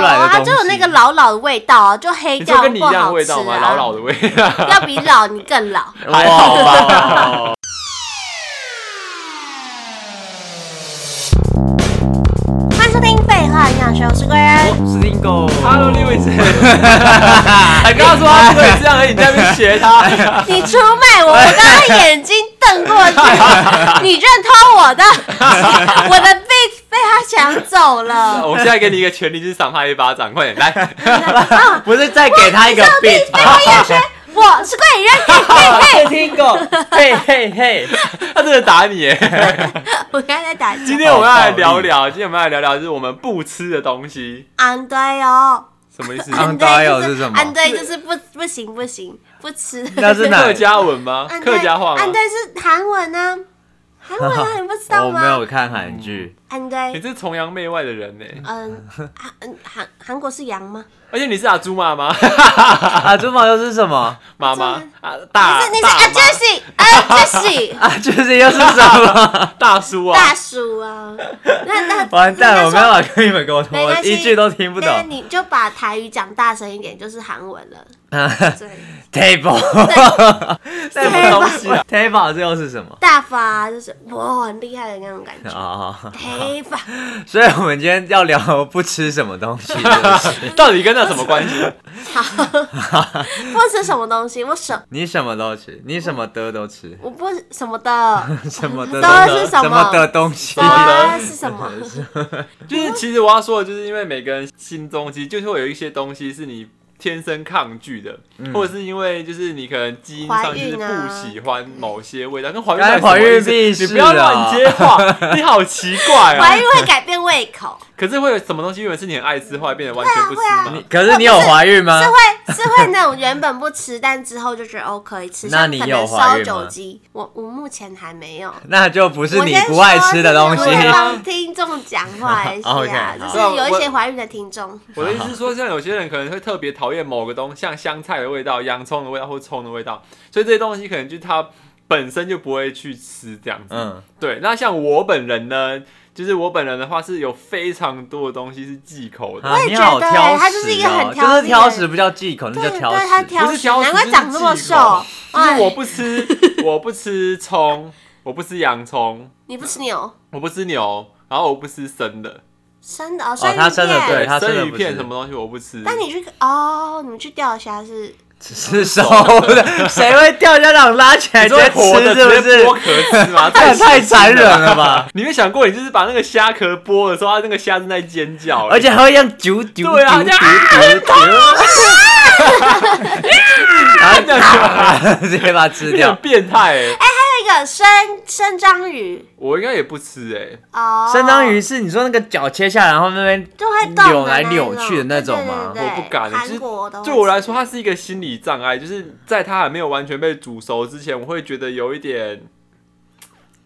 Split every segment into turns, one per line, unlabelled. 啊
啊老老的味道啊，就黑
你
掉不
说跟你一样的
好
味
吃
道吗？
啊。
老老的味道，
要比老你更老。
还好吧？
吧。
欢迎收听《废话营养学》，我是贵人。
我是 Dingo。
Hello，李伟哲，还跟他说他不会这样，而你在那边学他，
你出卖我，我刚刚眼睛瞪过 去，你认偷我的， 我的币被他抢走 了。
我现在给你一个权利，就是赏他一巴掌，快点来！
不是再给他一个
到底
beat 啊
废话营养学，我是贵人， 嘿嘿嘿！
Dingo，嘿嘿嘿，
他真的打你耶！
我刚才在打架
今。天我们要来聊聊，今天我们要来聊聊就是我们不吃的东西，
安对哦，
什么意思？
嗯
安
对
对
哦
就是
什么
安对就是不不行不行不吃。
那是哪
客家文吗？
安啊对
哦客家话
安
吗？
对是韩文啊，韩文啊，你不知道
我没
吗？
有看韩剧，
安
哦你
对，
这是崇洋媚外的人呢，
嗯，韩嗯韩韩国是羊吗？
而且你是阿朱妈妈，
啊，珠宝又是什么？
妈妈啊，大
你是你是
大
啊
妈
，Jesse 啊，Jesse
啊，就是又是什么？
大叔啊，
大叔啊，那 那
完蛋了，我没
那
办法跟你们沟通，
没
我
关系
一句都听不
那
懂。
你就把台语讲大声一点，就是韩文了。对，
Table，
什么东西啊？
Table 这又是什么？
大发就是哇很厉害的那种感
哦
觉。
啊，
黑 发
所以我们今天要聊不吃什么东西，是不 是
到底跟那什么关系？
好，不吃什么东西，我什
你什么都吃，你什么的都吃，
我不什么 的，
什么的
的
都
是什
什
么
么的东西，
的是 什 么？
就是其实我要说的，就是因为每个人心中其实就是会有一些东西是你天生抗拒的，或者是因为就是你可能基因上就
怀孕
是不
啊
喜欢某些味道，跟怀孕
该
到底什么意思
怀孕必是
你不要乱接话，你好奇怪
怀
啊！
孕会改变胃口，
可是会有什么东西原本是你很爱吃，后来变得完全不吃
啊会
吗
你？可是你有怀孕吗
是？会是会那种原本不吃，但之后就觉得哦可以吃。
那你
像可能
有怀孕
烧酒
吗
鸡，我我目前还没有。
那就不是你不爱吃的东西
我。先说就是
啊
帮听众讲话一下，
OK，
就
好
是有一些怀孕的听众，
我的意思是说，像有些人可能会特别讨厌某个东西，像香菜的味道、洋葱的味道或葱的味道，所以这些东西可能就他本身就不会去吃这样子。
嗯，
对，那像我本人呢，就是我本人的话是有非常多的东西是忌口的，
啊
也
你好
觉得
挑食哦，
他就是一个很挑
就是
剔的
挑食，不叫忌口，那
对
叫
对，
挑食。
他挑
不是挑食
难怪长这么
是忌
瘦
口。就是
哎
我不 吃，我不吃葱，我不吃洋葱，
你不吃牛
我不吃牛，然后我不吃生的，
生的哦，生鱼
他生的
片
对他真的
生鱼
不
片
吃
什么东西我不吃。
但你去哦，你们去钓虾是
只是熟的，谁会掉下让拉起来
你
直
说
接
活
吃？是
的直
不是
接剥？壳吃吗？
这也
太
太残忍了吧！
你没想过，你就是把那个虾壳剥的时候，它那个虾正在尖叫，
而且还会这样啾啾
对啊
啾
这样
啾啾啾，然后这样就直接把它吃
有点
掉。
欸变态哎、
那个生生章鱼
我应该也不吃哎、
哦，
生章鱼是你说那个脚切下来，然后那边
就会动的
扭来
那
扭
种
去的那种吗
对对对对
我不敢就是
韩国的
对我来说，它是一个心理障碍，就是在它还没有完全被煮熟之前，我会觉得有一点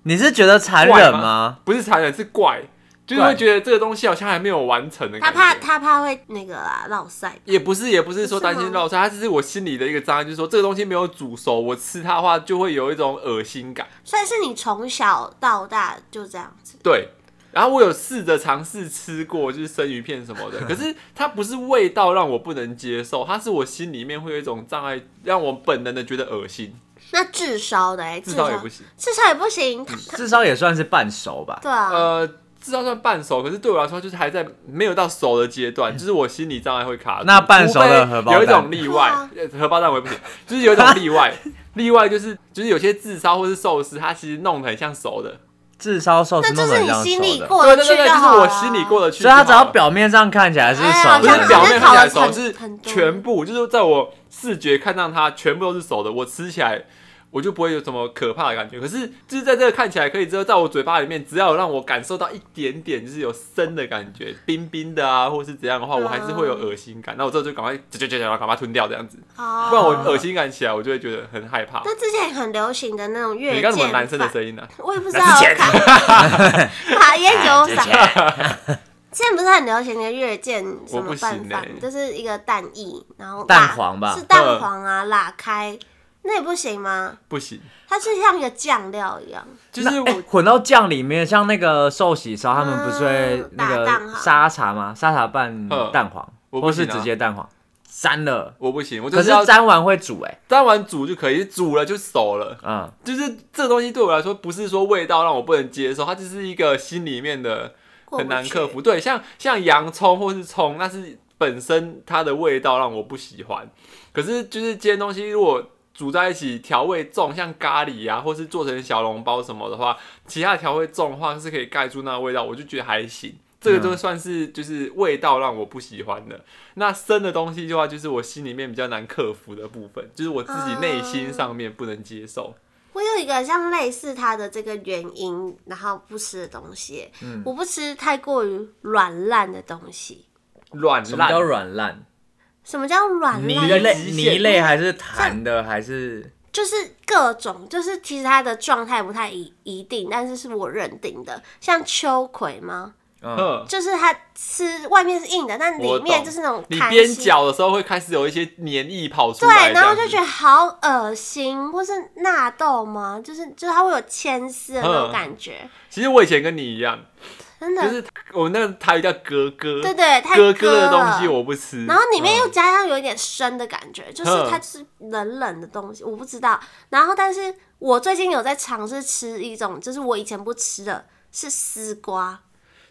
你是觉得残忍吗？
不是残忍，是怪，就是
怪
会觉得这个东西好像还没有完成的
他
感
怕
觉。
他怕会那个啊落腮，
也不是，也不是说
不是吗
担心落差，它只是我心里的一个障碍，就是说这个东西没有煮熟，我吃它的话就会有一种恶心感。
所以是你从小到大就这样子，
对，然后我有试着尝试吃过，就是生鱼片什么的，可是 它不是味道让我不能接受，它是我心里面会有一种障碍，让我本能的觉得恶心，
那炙烧的哎，
至
炙
少也
烧
不行。嗯
至少也不行，他
至少也算是半熟吧。
对啊，
呃，至少算半熟，可是对我来说就是还在没有到熟的阶段，就是我心理障碍会卡住。
嗯那半熟的
除非
荷包
有一
蛋
种例外，呃荷包蛋我也不行，就是有一种例外， 例外就是就是有些自烧或是寿司，它其实弄得很像熟的，
炙烧寿司
那就
弄
是
得
你
像
心里
熟的，
过得
对对
去
对对，
就
就是
好
我
了
心里过得去就
所以
好了，
它只要表面上看起来是
哎
熟
好
不
的，
像
是表面看起来熟，
好像
是
很多
全部，就是在我视觉看到它全部都是熟的，我吃起来我就不会有什么可怕的感觉。可是就是在这个看起来可以之后，在我嘴巴里面，只要有让我感受到一点点就是有生的感觉，冰冰的啊，或是怎样的话，
嗯
我还是会有恶心感。那我这就赶快嚼嚼嚼嚼，赶快吞掉这样子，
哦，
不然我恶心感起来，我就会觉得很害怕。
那之前很流行的那种越
你
界
刚
犯，
怎么男生的声音呢、
我也不知道
那之前，
卡烟酒
之
嗓。
前
现在不是很流行的月见什
我
么
不
拌
行
饭，
欸嗯
就是一个蛋液，然后
蛋
辣
黄吧
是蛋黄啊，拉开，那也不行吗？
不行，
它是像一个酱料一样，
就是
哎
我
混到酱里面，像那个寿喜烧，他们不是会
嗯
那
打蛋
个
哈
沙茶吗？沙茶拌
嗯
蛋黄，
我不
或
行、
是
啊，
直接蛋黄沾了，
我不行，我就
可
是
是
要
沾完会煮哎、
沾完煮就可以，煮了就熟了。
嗯，
就是这东西对我来说，不是说味道让我不能接受，它只是一个心里面的
过
很
不
难
去
克服。对，像像洋葱或是葱，那是本身它的味道让我不喜欢。可是就是煎东西，如果煮在一起调味重，像咖喱啊，或是做成小笼包什么的话，其他的调味重的话是可以盖住那个味道，我就觉得还行。这个
嗯
就算是就是味道让我不喜欢的。那生的东西的话，就是我心里面比较难克服的部分，就是我自己内
啊
心上面不能接受。
我有一个像类似它的这个原因，然后不吃的东西，
嗯
我不吃太过于软烂的东西。
软
什么
烂
叫软烂？
什么叫软
泥
烂？
类
极限
泥类还是弹
嗯
的还是
就是各种，就是其实它的状态不太一一定，但是是我认定的。像秋葵吗？
嗯
嗯，
就是它吃外面是硬的，但
我
里
懂
面就是那种
你
弹
边
性
嚼的时候会开始有一些黏液跑出来，
对，然后
这
就
样子
觉得好恶心，或是纳豆吗？就是就是它会有牵丝的那种
嗯
感觉，
其实我以前跟你一样，
真的，
就是我们那个台语叫哥哥，
对对，太
哥
割
哥的东西
了
我不吃
然。后里面又加上有一点生的感觉，就是
嗯
它就是冷冷的东西，我不知道。然后，但是我最近有在尝试吃一种，就是我以前不吃的，是丝瓜，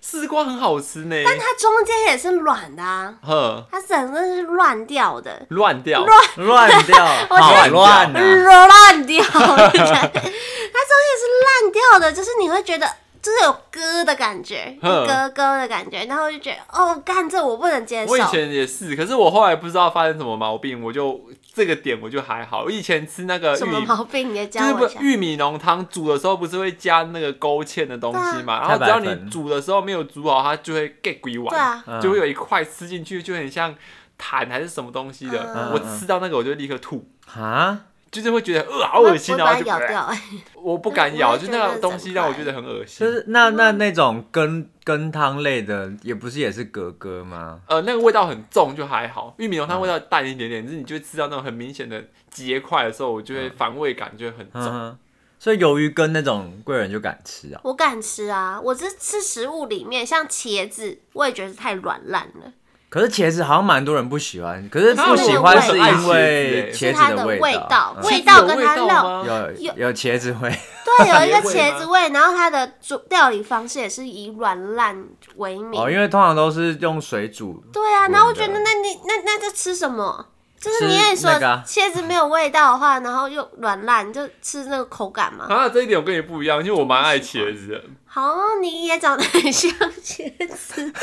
丝瓜很好吃呢，
但它中间也是软的啊，
呵，
它整个是乱掉的，
乱掉，
乱掉？
我觉
好
得嗯
乱
嗯
啊！
乱掉的感觉，它中间也是烂掉的，就是你会觉得。就是有割的感觉，
嗯
割割的感觉，然后就觉得哦，干这我不能接受。
我以前也是，可是我后来不知道发生什么毛病，我就这个点我就还好。我以前吃那个玉
什么
米，
毛病？你也教
就是
我
不
一下。
玉米浓汤煮的时候不是会加那个勾芡的东
啊
西嘛？然后只
太白
要你
粉
煮的时候没有煮好，它就会 get 鬼碗，
对啊
嗯
就会有一块吃进去，就很像痰还是什么东西的。
嗯
我吃到那个我就立刻吐，
啊，
就是会觉得呃好恶心，
我
然
把
后
它
就
咬掉。
我不敢咬，
我
就
会觉
是
得
那个东西让我觉得很恶
就
嗯
心。
是那那那种羹羹汤类的，也不是也是格格吗？
呃，那个味道很重，就还好。玉米浓汤味道淡一点点，就是你就会吃到那种很明显的结块的时候，我就会
嗯
反胃感就会很重。
嗯，所以鱿鱼羹那种贵人就敢吃啊。
我敢吃啊！我这吃食物里面，像茄子，我也觉得太软烂了，
可是茄子好像蛮多人不喜欢，可是
哪
不
有
喜
人会
欢是
爱
因为
茄
是
茄
它
子
味
味
道，哦
嗯
味
道
道跟它
有味
肉，
道吗？
有有茄子 味，
对，有一个
茄味
茄
吗
子味，然后它的煮料理方式也是以软烂为名。
哦，因为通常都是用水煮，
对啊，然后我觉得
闻
那你那那这吃什么？就是
吃
你也说
那个啊
茄子没有味道的话，然后又软烂，你就吃那个口感嘛。
啊，这一点我跟你不一样，因为我蛮爱 茄子的。
好，你也长得很像茄子，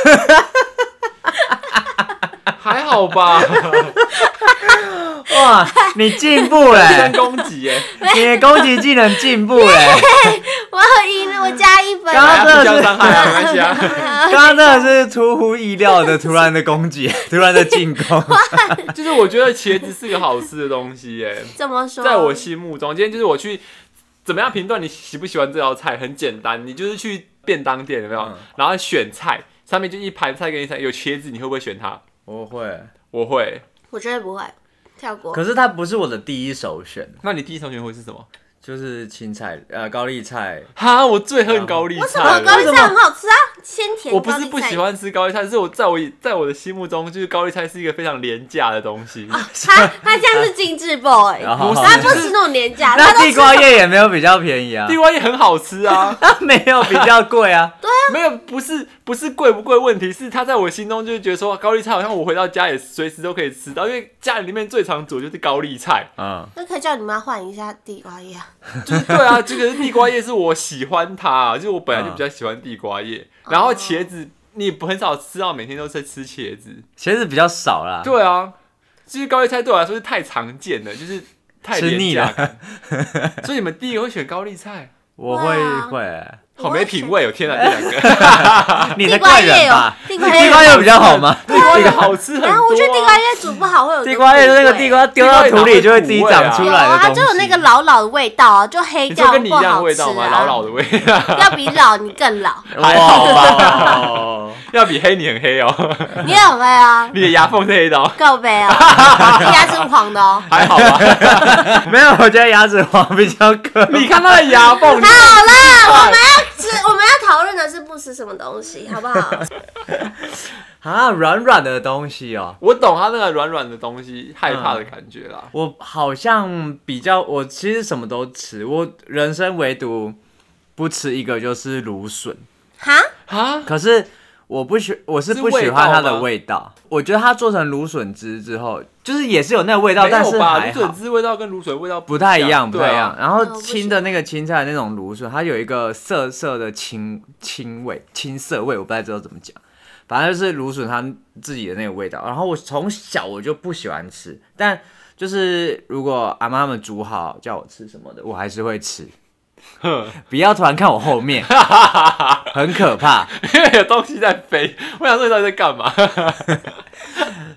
还好吧，
哇，你进步嘞、
三攻击耶，
你的攻击技能进步欸嘞、
我要赢了，我加一分。
刚刚
大家互相
真的是
伤害啊，没关系啊。
刚刚真的是出乎意料的突然的攻击，突然的进攻，
就是我觉得茄子是个好吃的东西耶，
怎么说？
在我心目中，今天就是我去怎么样评断你喜不喜欢这道菜，很简单，你就是去便当店有没有
嗯，
然后选菜，上面就一盘菜跟一菜有茄子，你会不会选它？
我会。
我会。
我绝对不会跳过。
可是它不是我的第一首选，
那你第一首选会是什么？
就是青菜呃高丽菜，
哈，我最恨高丽
什么
菜
高丽
了。
菜很好吃啊？鲜甜
我
高丽
不
菜。
是不喜欢吃高丽菜，是我在我在我的心目中，就是高丽菜是一个非常廉价的东西。
他，他像是精致 boy，
然后
他不吃啊那种廉价，他
那
都
地
吃
瓜叶也没有比较便宜啊
地，瓜叶很好吃啊，
它没有比较 贵啊，
没有，不是不是贵不贵问题，是它在我心中就是觉得说高丽菜好像我回到家也随时都可以吃到，因为家里面最常煮的就是高丽菜，
嗯，
那可以叫你妈换一下地瓜叶啊。
就是对啊，这个是地瓜叶是我喜欢它、啊就是我本来就
嗯
比较喜欢地瓜叶，然后
嗯
茄子你也不很少吃到，每天都在吃茄子，
茄子比较少啦，
对啊，就是高丽菜对我来说是太常见了，就是太
吃
廉
腻
价
了
感，所以你们第一个会选高丽菜，
我会
哇
会，
好没品味哦，天哪，这两个。
你
地
的
瓜
贵
叶
人
有
吧，，
地
地
瓜叶有
瓜叶比较好吗？
地瓜叶好吃很多、啊
然后我觉得地瓜叶煮不好会有
地瓜叶那个地瓜丢到土里就会自己长出
有
来
啊，
的
它
东西，
就有那 个老老的味道啊，就黑
你
掉不好
说跟你
吃
一样的味道吗？
啊。
老老的味道，
要比老你更老，
还好
吧？
要比黑你很黑哦，
你很会啊，
你的牙缝是黑的哦，
够呗啊，牙齿黄的哦。
还 好吧？
没有，我觉得牙齿黄比较可。
你看他的牙缝，
啊好了，我们要是我们要讨论的是不吃什么东西，好不好？
啊，软软的东西哦。
我懂他那个软软的东西害怕
嗯
的感觉啦。
我好像比较，我其实什么都吃，我人生唯独不吃一个就是芦笋，
哈，
啊，
可是我不喜，我是
是
不喜
味
欢
道
它的
吗
味道。我觉得它做成芦笋汁之后，就是也是有那个味道，
没
但
有
是
吧？
还
芦笋
好。
汁味道跟芦笋味道
不太一样，不
对啊
太一样。然
嗯我
后
不
青
喜
的
欢
那个青菜那种芦笋，它有一个涩涩的青青味、青涩味，我不太知道怎么讲。反正就是芦笋它自己的那个味道。然后我从小我就不喜欢吃，但就是如果阿妈他们煮好叫我吃什么的，我还是会吃。不要突然看我后 面，很可怕。
因为 有东西在飞。我想说你到底在 干嘛？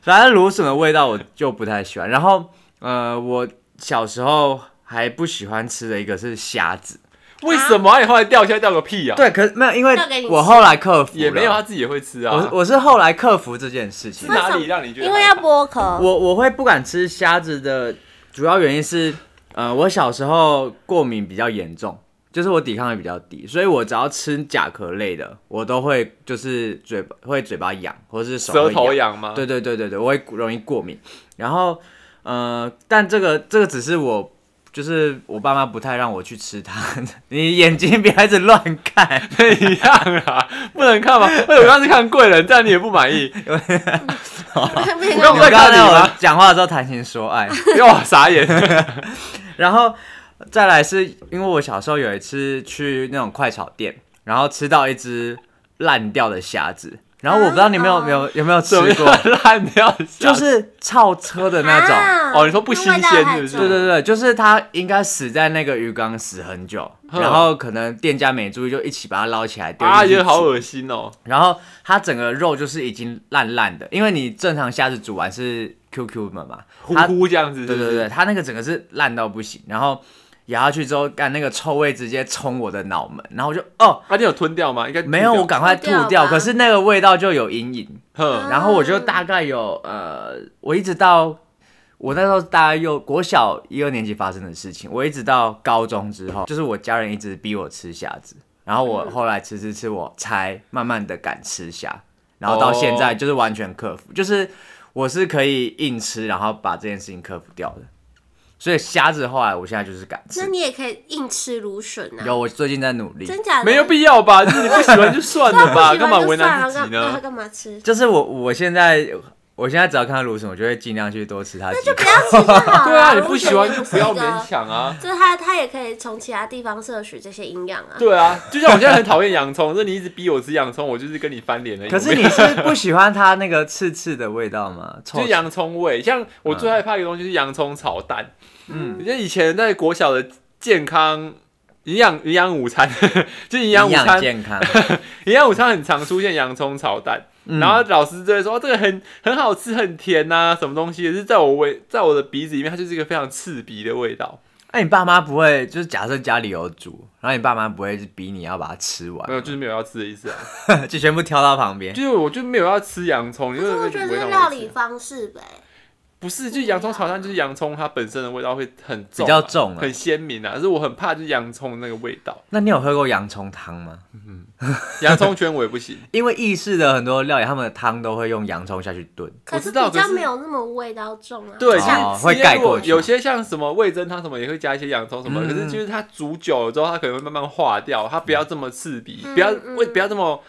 反正芦笋的味道我就不太喜欢。然后呃，我小时候还不喜欢吃的一个是虾子。
为什么啊你后来掉下来掉个屁啊？
对，可是没有，因为
要给你
我
吃
后来克服了
也没有，他自己也会吃啊。
我我是后来克服这件事情
是。哪里让你觉得
因为要剥壳，
我我会不敢吃虾子的主要原因是，呃，我小时候过敏比较严重，就是我抵抗力比较低，所以我只要吃甲壳类的，我都会就是嘴巴会嘴巴痒，或是手
舌
会
头
痒。
痒吗？
对对对对对，我会容易过敏。然后，呃，但这个这个只是我，就是我爸妈不太让我去吃它。 你眼睛别一直乱看。
一样啊，不能看吗？哎，我刚才看贵人，这样你也不 满意，
我
刚
你
在
刚刚
看你
才
吗
我讲话的时候谈情说 爱，
哟，傻眼。
然后再来是因为我小时候有一次去那种快炒店，然后吃到一只烂掉的虾子，然后我不知道你们有没有有没有吃
啊怎么
过，
样 烂掉？
就是超车的那种。
啊
哦你说不新鲜是不是
对对对，就是它应该死在那个鱼缸死很久，
嗯
然后可能店家没注意就一起把它捞起来丢进去
啊，也好
煮
恶心哦。
然后它整个肉就是已经烂烂的，因为你正常虾子煮完是 QQ 的嘛，
呼
它
呼这样子，
对对对，，它那个整个是烂到不行，然后咬下去之后，干那个臭味直接冲我的脑门，然后我就哦，
啊，你有吞掉吗？应该
没有，我赶快吐
吐掉
掉。
吧
可是那个味道就有阴影，
嗯
哼，
然后我
啊
就大概有呃，我一直到我那时候大概有国小一二年级发生的事情，我一直到高中之后，就是我家人一直逼我吃虾子，然后
嗯
我后来吃吃吃，我才慢慢的敢吃虾，然后到现
哦
在就是完全克服，就是我是可以硬吃，然后把这件事情克服掉的。所以虾子后来我现在就是敢
那
吃，
你也可以硬吃芦笋啊，
有我最近在努力，
真假的？
没有必要吧？就是你不喜欢就算
对啊，
了吧，
不喜欢
干嘛
就
为
算
难
了
自己
干嘛啊
呢？
干嘛吃？
就是我我现在我现在只要看到芦笋，我就会尽量去多吃它几口
不。要吃就好了。
对啊，你
芦
不
笋
喜欢
也
就不
是一
要
个
勉强啊。
就是它，它也可以从其他地方摄取这些营养啊。
对啊，就像我现在很讨厌洋葱，那你一直逼我吃洋葱，我就是跟你翻脸了。
可是
有没
你
有
是不喜欢它那个刺刺的味道吗？臭
就是洋葱味，像我最
嗯
害怕一个东西就是洋葱炒蛋。嗯，就以前在国小的健康营养营养午餐，就营养午
营养
餐
健 康，
营养午餐很常出现洋葱炒蛋，
嗯
然后老师就会说、哦这个很很好吃，很甜呐、什么东西？可是在我味，在我的鼻子里面，它就是一个非常刺鼻的味道。
那、你爸妈不会就是假设家里有煮，然后你爸妈不会逼你要把它吃
没
完，
有，就是没有要吃的意思啊，
就全部挑到旁边。
就是我就没有要吃洋葱，因
可
为
是我
我
觉
就
得
不
这
会
是
让
料
我
理
吃。
方式呗。
不是，就是洋葱炒蛋，就是洋葱它本身的味道会很重
比
啊、
较重啊
很鲜明啊。可是我很怕就是洋葱那个味道，
那你有喝过洋葱汤吗？
洋葱圈我也不行。
因为意式的很多料理，他们的汤都会用洋葱下去炖。
可
知
是
道
比较
可是
没有那么味道重啊。
对，
哦
像
会
因为
盖
如果
过去嗯
有些像什么味噌汤什么也会加一些洋葱什么，可是就是它煮久了之后，它可能会慢慢化掉，它不要这么刺鼻，
嗯
不要
嗯
味不要这么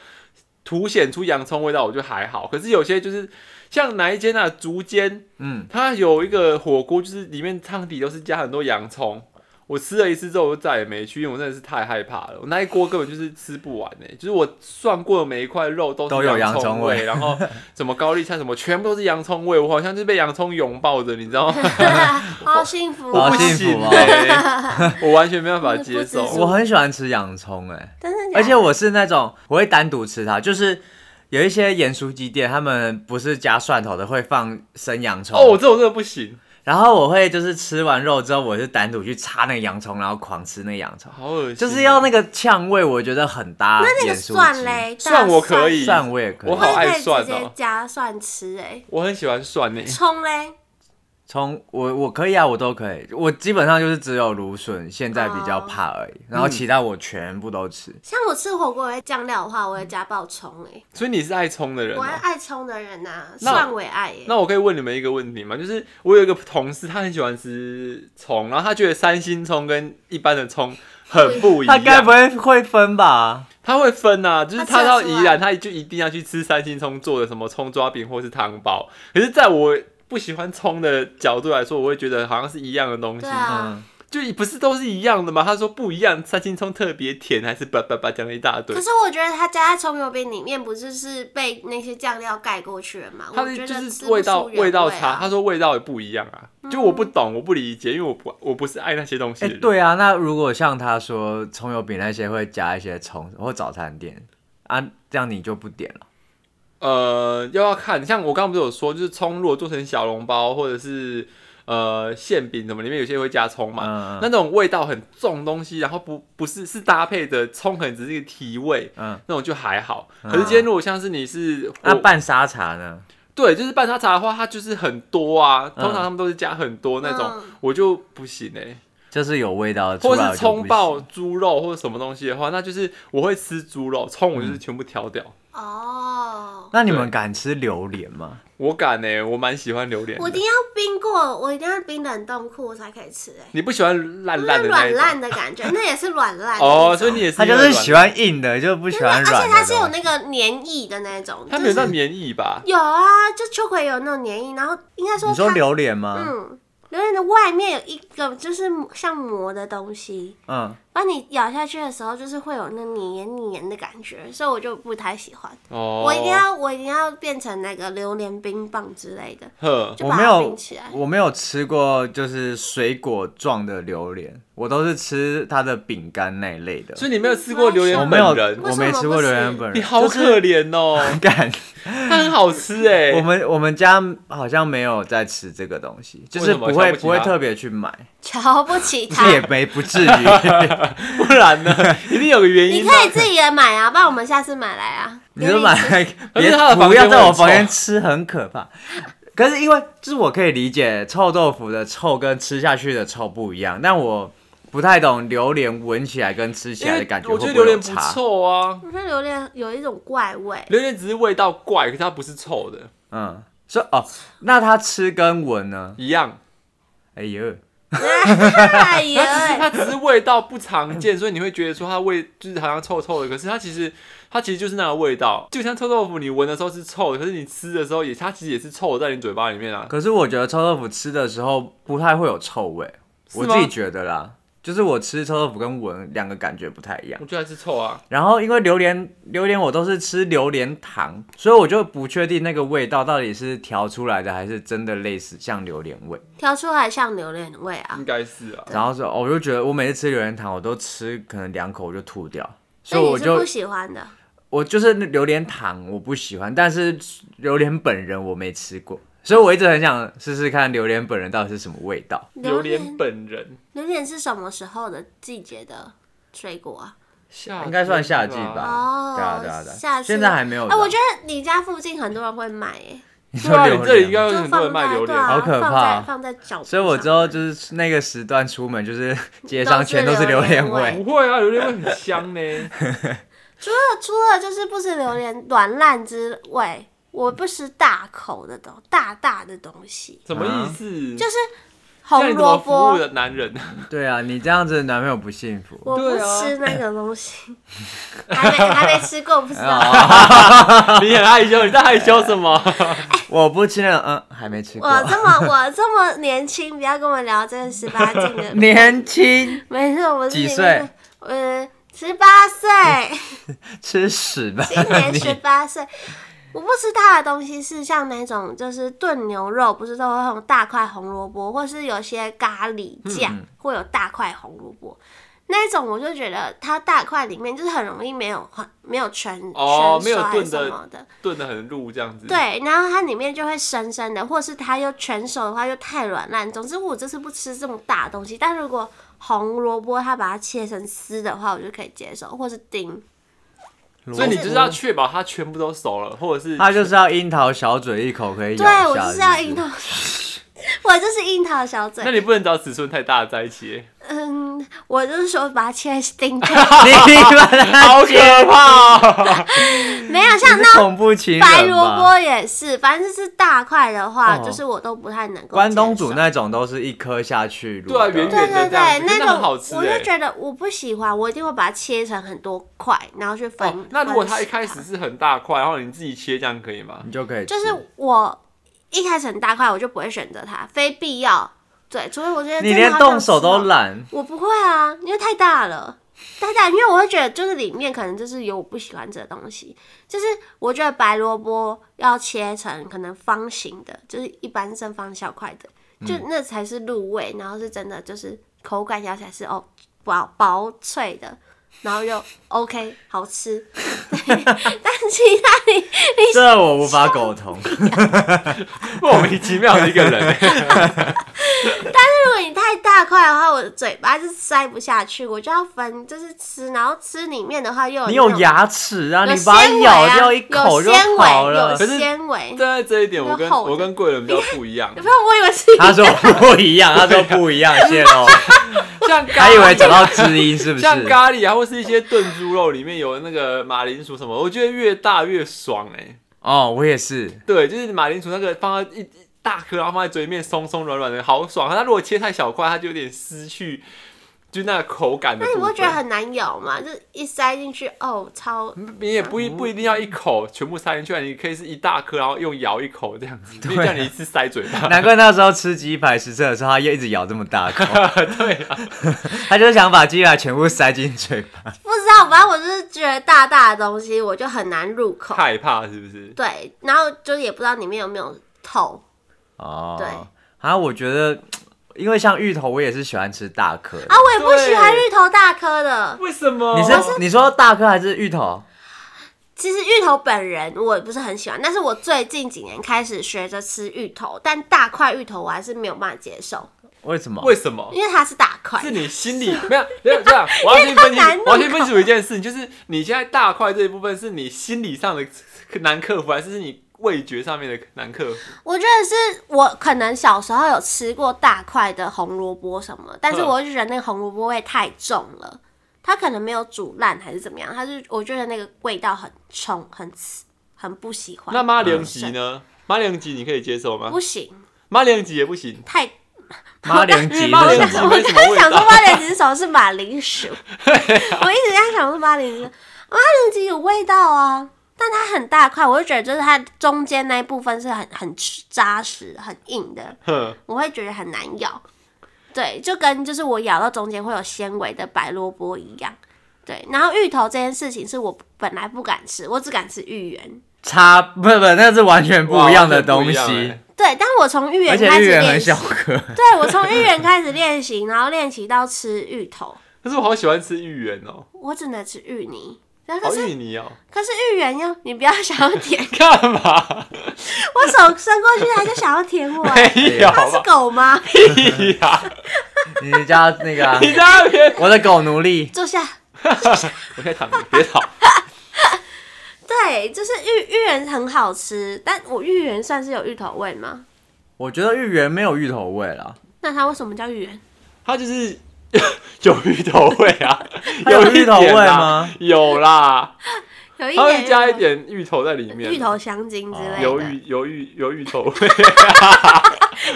凸显出洋葱味道，我觉得还好。可是有些就是像哪一间啊，竹间，
嗯，
它有一个火锅，就是里面汤底都是加很多洋葱。我吃了一次之后，我就再也没去，因为我真的是太害怕了。我那一锅根本就是吃不完呢、就是我算过的每一块肉都
都
是
有洋
葱
葱味
然后什么高丽菜什么，全部都是洋葱味。我好像是被洋葱拥抱着，你知道吗？
好幸福
我
哦
好
不！
幸福
行
哦
欸我完全没办法接
不知足
受。
我很喜欢吃洋葱、哎。
真的假的
而且我是那种我会单独吃它，就是有一些盐酥鸡店，他们不是加蒜头的，会放生洋葱。
哦，我这种真的不行，
然后我会就是吃完肉之后，我是单独去擦那个洋葱，然后狂吃那个洋葱，
好恶心。
就是要那个呛味，我觉得很搭。
那那
盐
个
酥鸡
蒜，嘞，大
蒜我可以
蒜我也可以
我。好爱蒜哦
我也可以直接加蒜吃哎，
欸我很喜欢蒜呢、
葱嘞，
从我我可以啊，我都可以，我基本上就是只有芦笋现在比较怕而已，
嗯
然后其他我全部都吃。
像我吃火锅，我会酱料的话，我会加爆葱哎、
所以你是爱葱的人、
我爱
啊。
爱葱的人呐、
那
算我也爱耶、
那我可以问你们一个问题吗？就是我有一个同事，他很喜欢吃葱，然后他觉得三星葱跟一般的葱很不一
他
样。
该不会会分吧？
他会分啊，就
他
是他
吃
到
得
宜
出来
兰，他就一定要去吃三星葱做的什么葱抓饼或是汤包。可是，在我不喜欢葱的角度来说，我会觉得好像是一样的东西，
对啊
嗯，
就不是都是一样的吗？他说不一样，三星葱特别甜，还是叭叭叭讲了一大堆
可。是我觉得它加在葱油饼里面，不是是被那些酱料盖过去了嘛？
他
我
的
觉
就
得
是
吃不
味道
出原
味道
啊
差，他说味道也不一样啊，就我不懂，我不理解，因为我不我不是爱那些东西
哎、
的人。
对啊，那如果像他说葱油饼那些会加一些葱，或早餐店啊，这样你就不点了。
呃，又要看，像我刚刚不是有说，就是葱如果做成小笼包或者是呃馅饼什么，里面有些会加葱嘛，
嗯
那种味道很重的东西，然后不不是是搭配的葱，可能只是一个提味，
嗯，
那种就还好。
嗯
可是今天如果像是你是
那
我
拌沙茶呢？
对，就是拌沙茶的话，它就是很多啊，
嗯
通常他们都是加很多那种，
嗯
我就不行哎、欸。
就是有味道出
或
来
是
我就不
葱
行
爆猪肉或者什么东西的话，那就是我会吃猪肉，葱
嗯
我就是全部挑掉。
哦，
那你们
对
敢吃榴莲吗？
我敢哎、我蛮喜欢榴莲
我一
的。
定要冰过，我一定要冰冷冻库才可以吃哎、
你不喜欢烂
就是
烂的那
软
一种
烂的感觉，那也是软烂的
哦，
那种
所以你也是
他就
因为
是
软
喜欢硬的，就不喜欢
而
软的
且
东西。
它是有那个黏液的那种，
它
就
没有到
是
黏液吧？
有啊，就秋葵有那种黏液，然后应该说
你说
它
榴莲吗？
嗯，榴莲的外面有一个就是像膜的东西，
嗯，
当你咬下去的时候，就是会有那黏黏的感觉，所以我就不太喜欢。
哦，
我一定要我一定要变成那个榴莲冰棒之类的，
呵，
就
我
把
没
它
有
冰起来，。
我没有吃过就是水果状的榴莲，我都是吃它的饼干那一类的。
所以你没有吃过榴莲
我
本
没有，
为
人，
我
什么
没吃过
不
榴
吃
莲本人。
你好
就是
可怜哦，
干，
它很好吃哎。
我们我们家好像没有在吃这个东西，就
为
是
什么
不
瞧
会
不起
不会
它
特别去买，
瞧不起它，
也没不至于。
不然呢，一定有个原
你
因的
可。以自己也买啊，不然我们下次买来啊。
你就买
榴莲
来，
可是
别
他的房
不
间
要在
会
我
很
房间
臭
吃，很可怕。 可是因为就是我可以理解臭豆腐的臭跟吃下去的臭不一样，但我不太懂榴莲闻起来跟吃起
因
来
为
的感觉
我
会
觉得
会
榴莲
有
不
差。
臭啊，
我觉得榴莲有一种怪味，
榴莲只是味道怪，可是它不是臭的，
嗯，所以哦，那它吃跟闻呢？
一样。
哎呦，
哎
它只是
呀，
它只是味道不常见，所以你会觉得说它味就是好像臭臭的，可是它其实它其实就是那个味道，就像臭豆腐，你闻的时候是臭的，可是你吃的时候也它其实也是臭的在你嘴巴里面啊。
可是我觉得臭豆腐吃的时候不太会有臭味，
是
我
吗
自己觉得啦，就是我吃臭豆腐跟闻两个感觉不太一样
我。觉得还是臭啊。
然后因为榴莲，榴莲我都是吃榴莲糖，所以我就不确定那个味道到底是调出来的，还是真的类似像榴莲味。
挑出来像榴莲味啊
应。
嗯
该是啊。
然后说，哦我就觉得我每次吃榴莲糖，我都吃可能两口我就吐掉，所
那
以
你
我
是
就
不喜欢的，
我就是那榴莲糖我不喜欢，但是榴莲本人我没吃过，所以我一直很想试试看榴莲本人到底是什么味道。
榴莲本人，
榴莲是什么时候的季节的水果啊？
夏
应该算夏季
天
吧
哦，
对啊对啊对啊
下次
现在还没有
哎、我
的
觉得你家附近很多人会买耶，
你
对啊，你这里应该
就
有很多
放
人卖
在
榴
对
莲，
啊，
好可
放
怕
在放在脚，
所以我之后就是那个时段出门， 就是街上全都是榴莲
都是榴莲
味
味。
不会啊，榴莲会很香呢。
除了除了就是不吃榴
嗯
莲软烂之外，我不吃大口的东大大的东西，
什么意思？
就是
嗯像你
红
怎么
萝
服务
卜，
的男人，
对啊，你这样子男朋友不幸福。
我不
对啊
吃那个东 西，还没还没吃过，不知道。
哦你很害羞，你在害羞什么？
我不吃那种，嗯，还没吃过。。
我这么我这么年轻，不要跟我聊这个十八禁 的
年轻
没事，我是
几
里面
岁
的？呃，十八
嗯
岁，
吃屎吧
今 年十
你！
八岁。我不吃大的东西是像那种就是炖牛肉，不是都会有大块红萝卜，或是有些咖喱
嗯
酱会有大块红萝卜。那一种我就觉得它大块里面就是很容易没有没有全
哦没
全
有
熟还
炖
是什
的嗯
么的，
炖的很入这样子。，
对，然后它里面就会生生的，或是它又全熟的话又太软烂。总之我就是不吃这么大的东西，但如果红萝卜它把它切成丝的话，我就可以接受，或是丁。
所以你就是要确保它全部都熟了，或者是
他就是要樱桃小嘴一口可以咬
对我
下
就是要
是
樱
不
桃
是，
我就是樱桃小嘴
那。你不能找尺寸太大的在一起，
嗯，我就是说把它切丁 克，
你把它
好可怕哦、
没有像那
恐怖情人吧
白萝卜也是，反正就是大块的话，
哦
就是我都不太能够接受。
关东煮那种都是一颗下去卤
对啊
的
圆
对
圆
对
的这
对
样，子可是那
种
很好吃
我
欸
就觉得我不喜欢，我一定会把它切成很多块，然后去分。
哦那如果它
分
一开始
食
是很大块，然后你自己切，这样可以吗？
你就可以吃。
它就是我一开始很大块，我就不会选择它，非必要。对，除非我觉得
你
真的
连
好
动
想
手
吃
都
哦，
懒，
我不会啊，因为太大了。太大，因为我会觉得就是里面可能就是有我不喜欢吃的东西，就是我觉得白萝卜要切成可能方形的，就是一般正方小块的，
嗯
就那才是入味，然后是真的就是口感咬起来是哦薄薄脆的，然后 又 OK 好吃。对，但其他你
这我无法苟同。
莫名其妙的一个人、
如果你太大块的话，我的嘴巴就塞不下去，我就要分就是吃，然后吃里面的话又有
你
那
有
种
牙齿啊，
有
你把它
纤维
咬
啊
掉一口就
有纤维
好了
有。
可是
纤维。
站在这一点，我跟
那厚的
我跟贵人比较不一样
有。没有？我以为是
他说不一样，他说不一样，谢喽。
像咖
还以为
喱，
讲到知音是不是？
像咖喱啊，或是一些炖猪肉里面有那个马铃薯什么，我觉得越大越爽哎、
哦，我也是。
对，就是马铃薯那个放到一一大颗，然后放在嘴里面松松软软的，好爽。它如果切太小块，它就有点失去就那个口感 的
那你哎
部分。
不会觉得很难咬吗？就是一塞进去，哦，超
嗯
你也不一不一定要一口全部塞进去，你可以是一大颗，然后用咬一口这样子，就叫你一次塞嘴巴。
难怪那时候吃鸡排实测的时候，他又一直咬这么大口。对啊， 他就是想把鸡排全部塞进嘴巴。
不知道，反正我就是觉得大大的东西我就很难入口，
害怕是不是？
对，然后就是也不知道里面有没有透，
哦，
对
啊，我觉得，因为像芋头，我也是喜欢吃大颗的。
啊，我也不喜欢
对
芋头大颗的。
为什么？
你是你说大颗还是芋头？
其实芋头本人我也不是很喜欢，但是我最近几年开始学着吃芋头，但大块芋头我还是没有办法接受，
为什么？
为什么？
因为它是大块
是。你心里没有没有这 样，我要先分清
因为它难，
我要先分清楚一件事情，就是你现在大块这一部分是你心理上的难克服，还是你味觉上面的难克服？
我觉得是我可能小时候有吃过大块的红萝卜什么，但是
嗯
我就觉得那个红萝卜味太重了，它可能没有煮烂还是怎么样，它就我觉得那个味道很冲，很刺很不喜欢。
那马良吉呢？马良吉你可以接受吗
不？行，
马良吉也不行，
太。
马铃
因为
吉
马
是
铃
什
薯
么？
我
没什么
刚
味
想说
道。
马铃薯是什么是马铃 薯，
啊
我一直在想说马铃薯，马铃薯有味道啊，但它很大块，我就觉得就是它中间那一部分是很很扎实、很硬的。
哼
我会觉得很难咬。对，就跟就是我咬到中间会有纤维的白萝卜一样。对，然后芋头这件事情是我本来不敢吃，我只敢吃芋圆。
差不不，那是完全不一样的东
哇完全不一
西
样，欸
对，但我从芋
而
圆
且
开
芋
始
圆很
练习
小， 颗。
对我从芋圆开始练习，然后练习到吃芋头，
可是我好喜欢吃芋圆哦，
我只能吃芋泥。然后
好
可是
芋泥哦，
可是芋圆又你不要想要舔，
干嘛？
我手伸过去它就想要舔我、欸，
没有
它是
吧？
狗吗？
屁呀！
你家那个啊、
你在那边，
我的狗奴隶，
坐下。
我在躺着，别吵。
对，就是芋芋圆很好吃，但我芋圆算是有芋头味吗？
我觉得芋圆没有芋头味啦，
那它为什么叫芋圆？
它就是 有芋头味啊，
它有
一
芋头
点啊
味
啦
吗？
有啦，
哎有一
它会
点
加一点芋头在里面，哦
芋头香精之类的，
有芋有芋有芋 头味。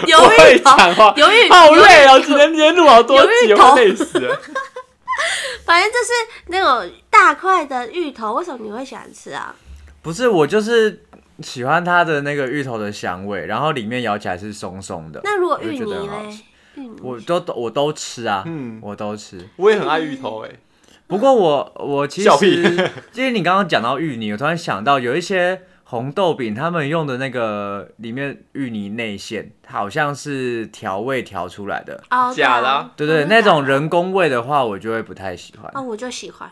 有
不会
芋头，
讲话
有芋
好
有芋
累哦，只能连录好多集，
有芋
我
头
会累死了。
反正就是那种大块的芋头，为什么你会喜欢吃啊？
不是，我就是喜欢它的那个芋头的香味，然后里面咬起来是松松的。
那如果
我就
芋
觉得
泥
很好吃
嘞？哦芋泥
我都我都吃啊，
嗯
我都吃。
我也很爱芋头哎，
不过我我其实
笑屁，
因为你刚刚讲到芋泥，我突然想到有一些红豆饼，他们用的那个里面芋泥内馅，它好像是调味调出来的。
哦，
假的
对
啊
啊，
对对，
哦
那种
假的
人工味的话，我就会不太喜欢。
哦，我就喜欢。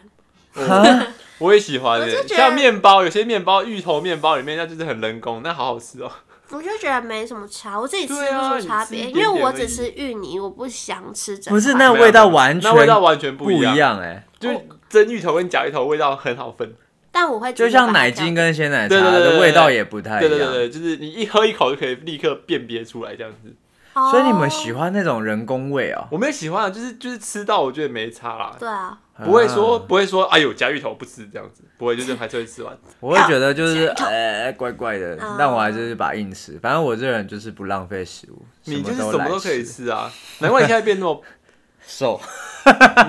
我我也喜欢
我就
哎，
觉得
像面包，有些面包芋头面包里面那就是很人工，那好好吃哦。
我就觉得没什么差，我自己吃
对啊
不出差别，
你吃一点
因为我
而已
只吃芋泥，我不想吃整块。
不是那
没有
味道
没有
完全
那味道完全 不
不一
样，
样哎、
就是蒸芋头跟假芋头味道很好分。
但我会
就
直接把
像
它
奶
挑
精跟鲜奶茶
对对对对
的
对
味道也不太一
对
样。
对对对，就是你一喝一口就可以立刻辨别出来这样子。
哦
啊所以你们喜欢那种人工味哦？
我没有喜欢啊，就是就是吃到我觉得没差啦，
对啊，
哦不会 说
啊
不会说哎呦夹芋头不吃这样子，不会就是还是会吃 完。
我会觉得就是呃怪怪的
啊，
但我还是把它硬吃。反正我这人就是不浪费食物，
你就是
都
什么
来
都可以吃啊，难怪你现在变 那么，
瘦。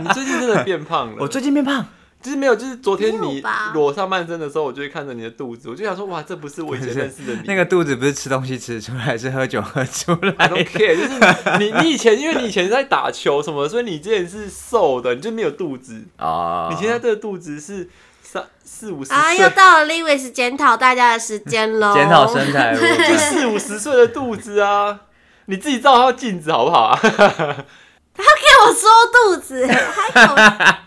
你最近真的变胖了。
我最近变胖，
就是没有，就是昨天
没
你
有吧
裸上半身的时候，我就会看着你的肚子，我就想说哇，这不是我以前认识的你。
那个肚子不是吃东西吃出来，是喝酒喝出
I
来
don't care，就是你你以前因为你以前在打球什么，所以你之前是瘦的，你就没有肚子。
哦。
你现在这个肚子是三四五十
啊，又
岁，
到了 Lewis 检讨大家的时间喽，
检讨身材，
就
我
四五十岁的肚子啊！你自己照照镜子好不好啊？
跟我说肚子，还有
哎、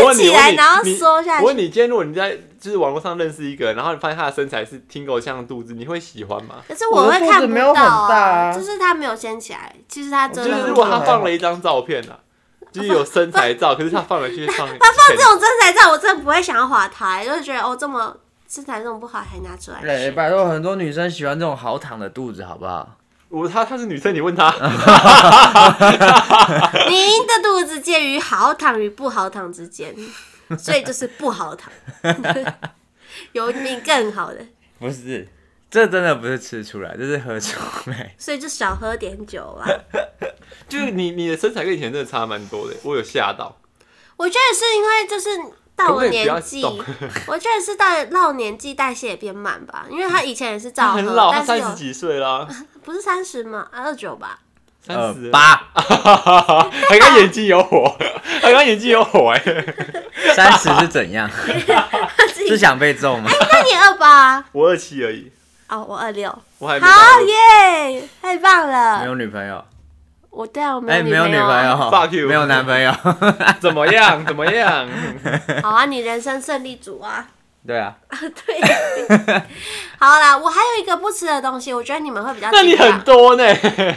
我问你，
起来
我问你
然后
你
缩下去
我问你，今天如果你在就是网络上认识一个人，然后你发现他的身材是听狗像的肚子，你会喜欢吗？
可是我会
我的肚子
看不
没有
到
很大啊
就是他没有掀起来，其实他真
就
的
是
很
如果他
胖
放了一张照片啊，就是有身材照，可是他放了去放
他放这种身材照，我真的不会想要划他，就是觉得哦这么身材这么不好还拿出来
对，
哎
秀，
哎拜托，很多女生喜欢这种好躺的肚子，好不好？
我他他是女生，你问他，
您的肚子介于好躺与不好躺之 间，所以就是不好躺， 有你更好的，
不是，这真的不是吃出来，这是喝出 来。
所以就少喝点酒啊吧。
就是你你的身材跟以前真的差蛮多的，我有吓到。
我觉得是因为就是到了年纪，
可 不可以不
我觉得是到了到年纪代谢也变慢吧，因为他以前也是照
他
喝，
很老，他
但
三
是
十
有
几岁 啦，
不是三十吗？二九吧，
三十，
八
呃还刚眼睛有 火，还刚眼睛有火哎、
三十是怎样？
自己
是想被揍吗？
那你二八
我二七而已，
哦，我二六，
我
哎
还没到
好耶，太棒
没
了！
有女朋友？
我对啊，我哎没
哎，
有女
没有女朋友
啊。
Fuck you
没有男朋友。
怎么样？怎么 样？
好啊，你人生胜利组啊！
对啊，
对，好啦，我还有一个不吃的东西，我觉得你们会比较
那你
惊讶
很多呢？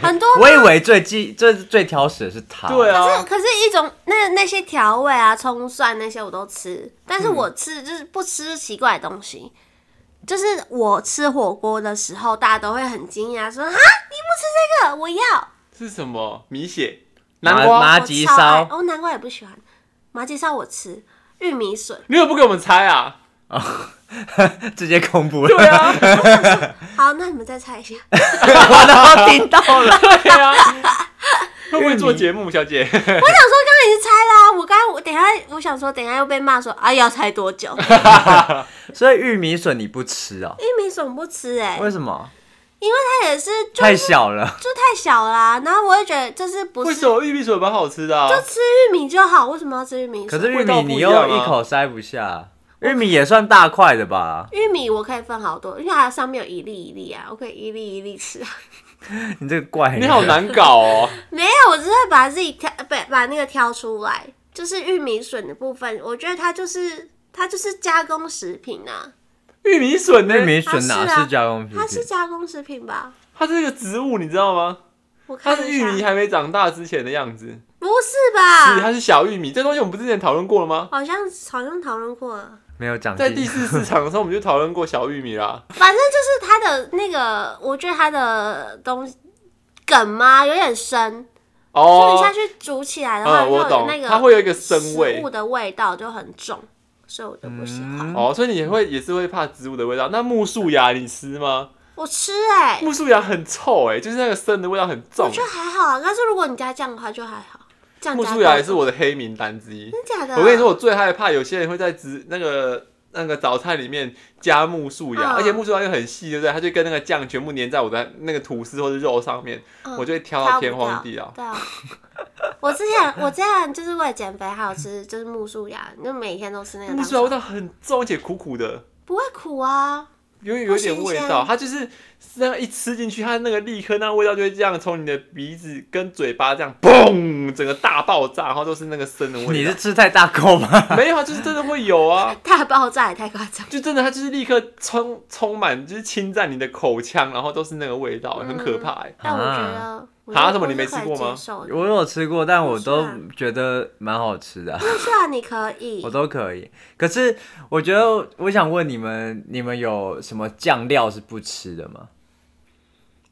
很多
我以为最记最最挑食的是他。
对
可是
啊，
可是一种那那些调味啊，葱蒜那些我都吃，但
嗯
是我吃、就是不吃奇怪的东西。就是我吃火锅的时候，大家都会很惊讶，说啊，你不吃这个，我要。
是什么米血、
麻
南瓜？
麻
我
吉
超爱
烧
哦，南瓜也不喜欢，麻吉烧我吃，玉米笋。
你怎么不给我们猜啊？
直接公布
对
了，
啊，
好，那你们再猜一下，
我都听到了。
对 啊，会不会做节目，小姐？
我想说，刚刚已经猜啦、我刚刚我等一下，我想说，等一下又被骂说啊，要猜多 久？
所以玉米笋你不吃哦？
玉米笋不吃哎、
为什么？
它也是就
太小了。
就太小啦、然后我会觉得就是不
为
是
什么玉米笋蛮好吃的啊？
就吃玉米就好，为什么要吃玉米
可
笋？
是玉
味道
米
不
你
一
又
样啊
一口塞不下，玉米也算大块的吧？
玉米我可以分好多，因为它上面有一粒一粒啊，我可以一粒一粒吃啊。
你这个怪人，
你好难搞哦。
没有，我只是会把自己挑，把把那个挑出来，就是玉米笋的部分，我觉得它就是它就是加工食品啊，
玉米笋呢？
玉米笋
它
哪
是啊
是加工品？
它是加工食品吧？
它是一个植物，你知道吗？
我看
它
一下
是玉米还没长大之前的样子，
不是吧？
是它是小玉米。这东西我们不是之前讨论过了吗？
好像好像讨论过了，
没有讲
在第
进。
四市场的时候，我们就讨论过小玉米啦。
反正就是它的那个，我觉得它的东西梗嘛有点深，所以
哦
下，去煮起来的话，
嗯，
就
我
有
懂
那，个
它会有一个生
食
味
物。的味道就很重，所以我就不喜欢。
嗯
哦，所以你也会也是会怕植物的味道。那木树芽你吃吗？
我吃哎、
木树芽很臭哎、就是那个生的味道很
我
重。
觉得还好啊。但是如果你加酱的话就还好，酱
木
加
树芽
豆
也是
腐
我的黑名单之一。
真假的？
我跟你说，，我最害怕有些人会在植那个那个早餐里面加木树芽，
嗯
而且木树芽又很细，对不对？它就跟那个酱全部粘在我的那个吐司或者肉上面，
嗯
我就会挑
挑
到
不
天
掉
荒地老。
对啊，我之前我之前就是为了减肥，还有吃就是木薯芽，就每天都吃那个
木
当
树芽味
早，
道很重，而且苦苦的，
不会苦啊。
有有一点味
不新
道。
鲜
它就是那样一吃进去，它那个立刻那味道就会这样从你的鼻子跟嘴巴这样嘣，整个大爆炸，然后都是那个生的
你
味
是
道。
吃太大口吧？
没有啊，就是真的会有啊。
大爆炸也太夸张，
就真的，它就是立刻充充满，就是侵占你的口腔，然后都是那个味道，很可怕哎、
但我觉得我
啊
觉得
什么
我
你
是
没
可
吃
以
过
接
吗
受的
我有吃过，但我都
是啊
觉得蛮好吃的啊、
木薯芽你可以
我，都可以。可是我觉得，我想问你们，你们有什么酱料是不吃的吗？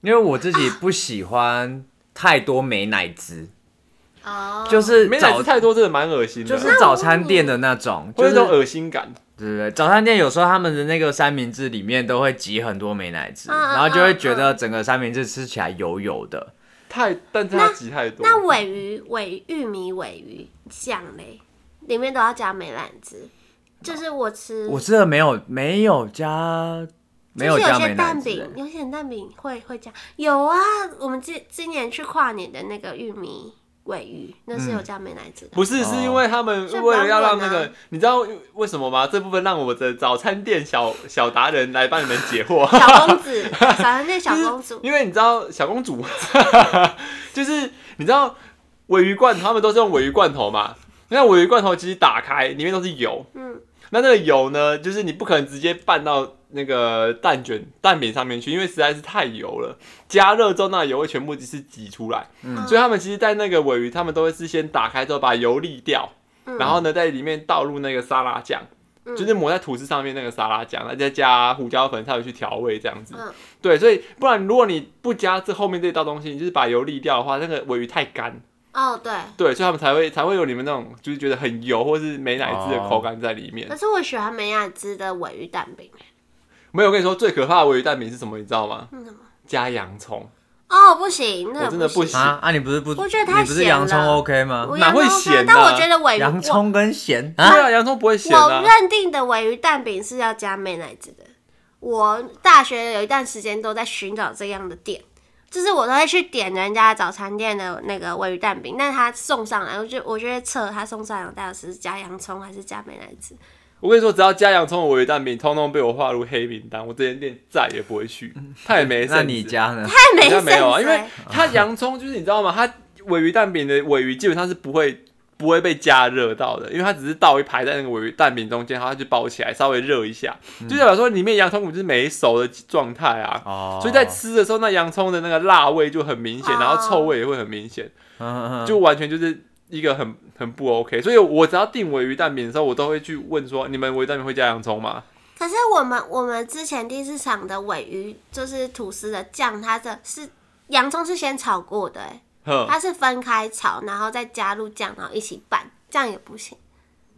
因为我自己不喜欢太多美乃滋，
哦，
就是
美乃
早
滋太多真的蛮恶心的，
就是早餐店的那种，就
会有
是
一种恶心感。
对对对，早餐店有时候他们的那个三明治里面都会挤很多美乃滋，
嗯嗯
然后就会觉得整个三明治吃起来油油的。
太，但是它挤太多。
那尾鱼、尾玉米、尾鱼酱嘞，里面都要加美乃滋。就是我吃，
我吃的没有没有加没
就是
加
有
美
些
乃
蛋
滋
饼，，有些蛋饼会会加。有啊，我们今今年去跨年的那个玉米尾鱼，那是
嗯
有加美乃滋的。
不是，是因为他们
哦
为了要让那
所以
个
不，
你知道为什么吗？这部分让我的早餐店小小达人来帮你们解惑。
小公子，早餐店小公 主，
因为你知道小公主， 就是你知道尾鱼罐头，他们都是用尾鱼罐头嘛。那尾鱼罐头其实打开里面都是油，
嗯，
那那个油呢，就是你不可能直接拌到那个蛋卷蛋饼上面去，因为实在是太油了。加热之后，那油会全部是挤出来。
嗯
所以他们其实，在那个尾鱼，他们都会事先打开之后把油沥掉，
嗯
然后呢，在里面倒入那个沙拉酱，
嗯
就是抹在吐司上面那个沙拉酱，然后再加胡椒粉，才有去调味这样子。
嗯
对，所以不然如果你不加这后面这道东西，你就是把油沥掉的话，那个尾鱼太干，
哦对，
对，所以他们才会才会有你们那种就是觉得很油或是美乃
哦
滋的口感在里面。
可是我喜欢美乃滋的尾鱼蛋饼。
没有，我跟你说最可怕的尾鱼蛋饼是什么，你知道吗？
嗯什么
加洋葱，
哦，不行，那
我
个
真的不
行。
行
啊啊！你不是不
我觉得太
你不是
咸
洋葱
了
OK 吗？
我
哪会
洋葱
咸
但
啊
我觉得尾鱼，
洋
我
葱跟咸啊，
对啊，洋葱不会咸
我
啊。
认定的尾鱼蛋饼是要加美乃滋的。我大学有一段时间都在寻找这样的店，就是我都会去点人家早餐店的那个尾鱼蛋饼，但他送上来，我就我就会测他送上来我到底是加洋葱还是加美乃滋。
我跟你说，只要加洋葱的尾鱼蛋饼，通通被我划入黑名单，我这间店再也不会去，太没 sense
嗯那你家呢？
太没
人家没有
sense 哎
啊，因为
了
它洋葱就是你知道吗？它尾鱼蛋饼的尾鱼基本上是不会不会被加热到的，因为它只是倒一排在那个尾鱼蛋饼中间，然后它就包起来稍微热一下，
嗯
就代表说里面洋葱骨就是没熟的状态啊。
哦
所以在吃的时候，那洋葱的那个辣味就很明显，
哦
然后臭味也会很明显，
嗯嗯嗯
就完全就是一个很很不 OK。所以我只要订尾鱼蛋饼的时候，我都会去问说：你们尾鱼蛋饼会加洋葱吗？
可是我们我们之前第四场的尾鱼就是吐司的酱，它的是洋葱是先炒过的、欸，
哼，
它是分开炒，然后再加入酱，然后一起拌，这样也不行